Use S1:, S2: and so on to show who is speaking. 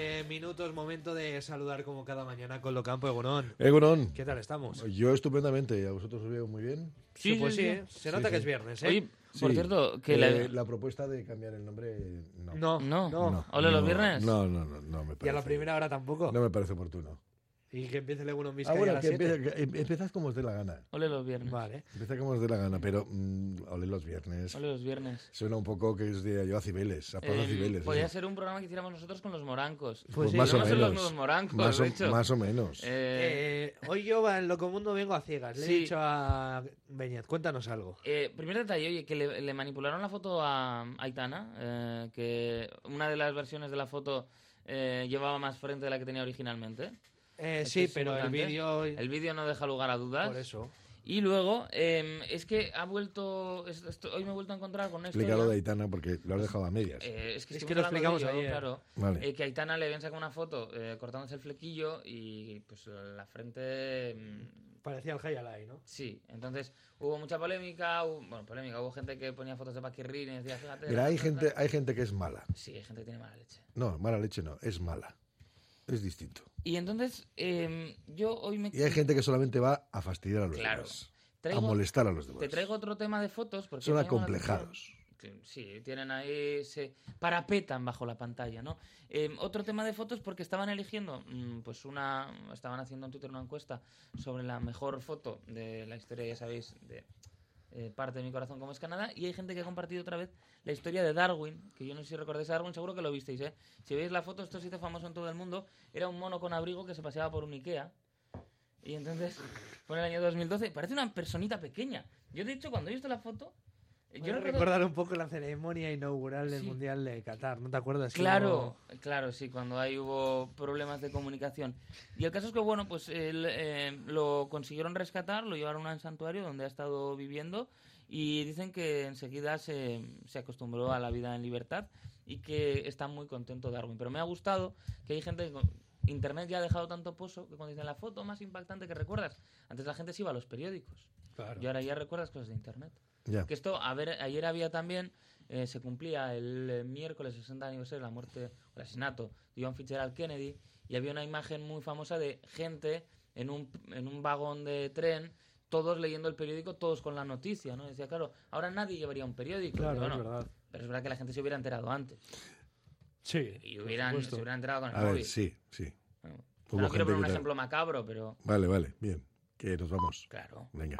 S1: chicos, momento de saludar como cada mañana con Locampo Egunón.
S2: Egunon,
S1: ¿Qué tal estamos?
S2: Eh, yo estupendamente, a vosotros os veo muy bien.
S1: Sí, pues sí, ¿eh? se nota
S2: sí.
S1: que es viernes, ¿eh?
S3: Oye, por
S2: Sí.
S3: cierto, que
S2: Eh,
S3: la...
S2: la... propuesta de cambiar el nombre, no.
S1: no, no,
S3: No.
S2: No,
S3: ¿Hola los
S2: no,
S3: viernes?
S2: No, no, no, no me
S1: Y
S2: parece.
S1: a la primera hora tampoco.
S2: No me parece oportuno.
S1: Y que empiece el Egunon
S2: Ah,
S1: Vizcaya a
S2: bueno,
S1: las
S2: que
S1: 7.
S2: empieza, que em- empezad como os dé la gana.
S3: Ole los viernes.
S1: Vale.
S2: Empieza como os dé la gana, pero mm, ole los viernes.
S3: Ole los viernes.
S2: Suena un poco que es de yo a Cibeles, a Plaza
S3: Eh,
S2: Cibeles.
S3: podría
S2: eso.
S3: ser un programa que hiciéramos nosotros con los morancos.
S1: Pues sí.
S2: más o
S3: Podríamos ser los
S2: menos.
S3: nuevos morancos,
S2: más, o,
S3: de hecho.
S2: más o menos.
S3: Eh,
S1: Eh, hoy yo en Locomundo vengo a ciegas. Le he
S3: Sí.
S1: dicho a Beñez, cuéntanos algo.
S3: eh, primer detalle, oye, que le, le manipularon la foto a a Aitana, eh, que una de las versiones de la foto eh, llevaba más frente de la que tenía originalmente.
S1: Eh,
S3: Esto
S1: sí,
S3: Este es
S1: pero el
S3: importante.
S1: vídeo...
S3: El vídeo no deja lugar a dudas.
S1: Por eso.
S3: Y luego, eh, es que ha vuelto. es- esto- hoy me he vuelto a encontrar con esto.
S2: Explícalo de Aitana porque lo has dejado a medias.
S3: Eh, es que,
S1: Es
S3: estuvimos
S1: que lo
S3: hablando de
S1: explicamos
S3: ello,
S1: ayer.
S3: Claro,
S2: Vale.
S3: Eh, que a Aitana le habían sacado una foto eh, cortándose el flequillo y pues la frente... mm,
S1: Parecía el Hayalai, ¿no?
S3: Sí, entonces hubo mucha polémica, hu- bueno, polémica, hubo gente que ponía fotos de Paquirrín y decía, fíjate...
S2: Mira,
S3: la-
S2: hay
S3: la-
S2: gente,
S3: la-".
S2: hay gente que es mala.
S3: Sí, hay gente que tiene mala leche.
S2: No, mala leche no, es mala. Es distinto.
S3: Y entonces eh, yo hoy me...
S2: Y hay gente que solamente va a fastidiar a los
S3: Claro.
S2: demás.
S3: traigo-
S2: A molestar a los demás.
S3: Te traigo otro tema de fotos porque...
S2: pues. Son
S3: me llama la
S2: acomplejados.
S3: atención. Sí, tienen ahí, se parapetan bajo la pantalla, ¿no? Eh, otro tema de fotos porque estaban eligiendo, mm, pues una, estaban haciendo en Twitter una encuesta sobre la mejor foto de la historia, ya sabéis, de eh, parte de mi corazón como es Canadá, y hay gente que ha compartido otra vez la historia de Darwin, que yo no sé si recordáis a Darwin, seguro que lo visteis, ¿eh? Si veis la foto, esto se hizo famoso en todo el mundo, era un mono con abrigo que se paseaba por un Ikea, y entonces fue en el año 2012, parece una personita pequeña. Yo, de hecho, cuando he visto la foto, eh, yo
S1: Yo
S3: recuerdo-
S1: recordar un poco la ceremonia inaugural del
S3: Sí.
S1: Mundial de Qatar, ¿no te acuerdas? Que
S3: Claro, claro, sí, cuando ahí hubo problemas de comunicación. Y el caso es que, bueno, pues él, eh, lo consiguieron rescatar, lo llevaron a un santuario donde ha estado viviendo y dicen que enseguida se, se acostumbró a la vida en libertad y que está muy contento Darwin. Pero me ha gustado que hay gente que... con- Internet ya ha dejado tanto pozo que cuando dicen la foto más impactante que recuerdas, antes la gente se iba a los periódicos.
S1: Claro.
S3: Y ahora ya recuerdas cosas de Internet.
S2: Ya.
S3: Que esto, a ver, ayer había también, eh, se cumplía el eh, miércoles 60 aniversario de la muerte, o el asesinato de John Fitzgerald Kennedy, y había una imagen muy famosa de gente en un, en un vagón de tren, todos leyendo el periódico, todos con la noticia, ¿no? Decía, claro, ahora nadie llevaría un periódico.
S1: Claro,
S3: Digo,
S1: es
S3: no,
S1: verdad.
S3: Pero es verdad que la gente se hubiera enterado antes.
S1: Sí.
S3: Y
S1: por
S3: hubieran, se
S1: supuesto.
S3: hubieran enterado con el
S2: A ver,
S3: móvil.
S2: sí, sí.
S3: Bueno,
S2: Hubo
S3: no Mm. quiero
S2: gente
S3: poner un
S2: que tal-
S3: ejemplo macabro, pero
S2: Vale, vale, bien. Que nos vamos.
S3: claro.
S2: Venga.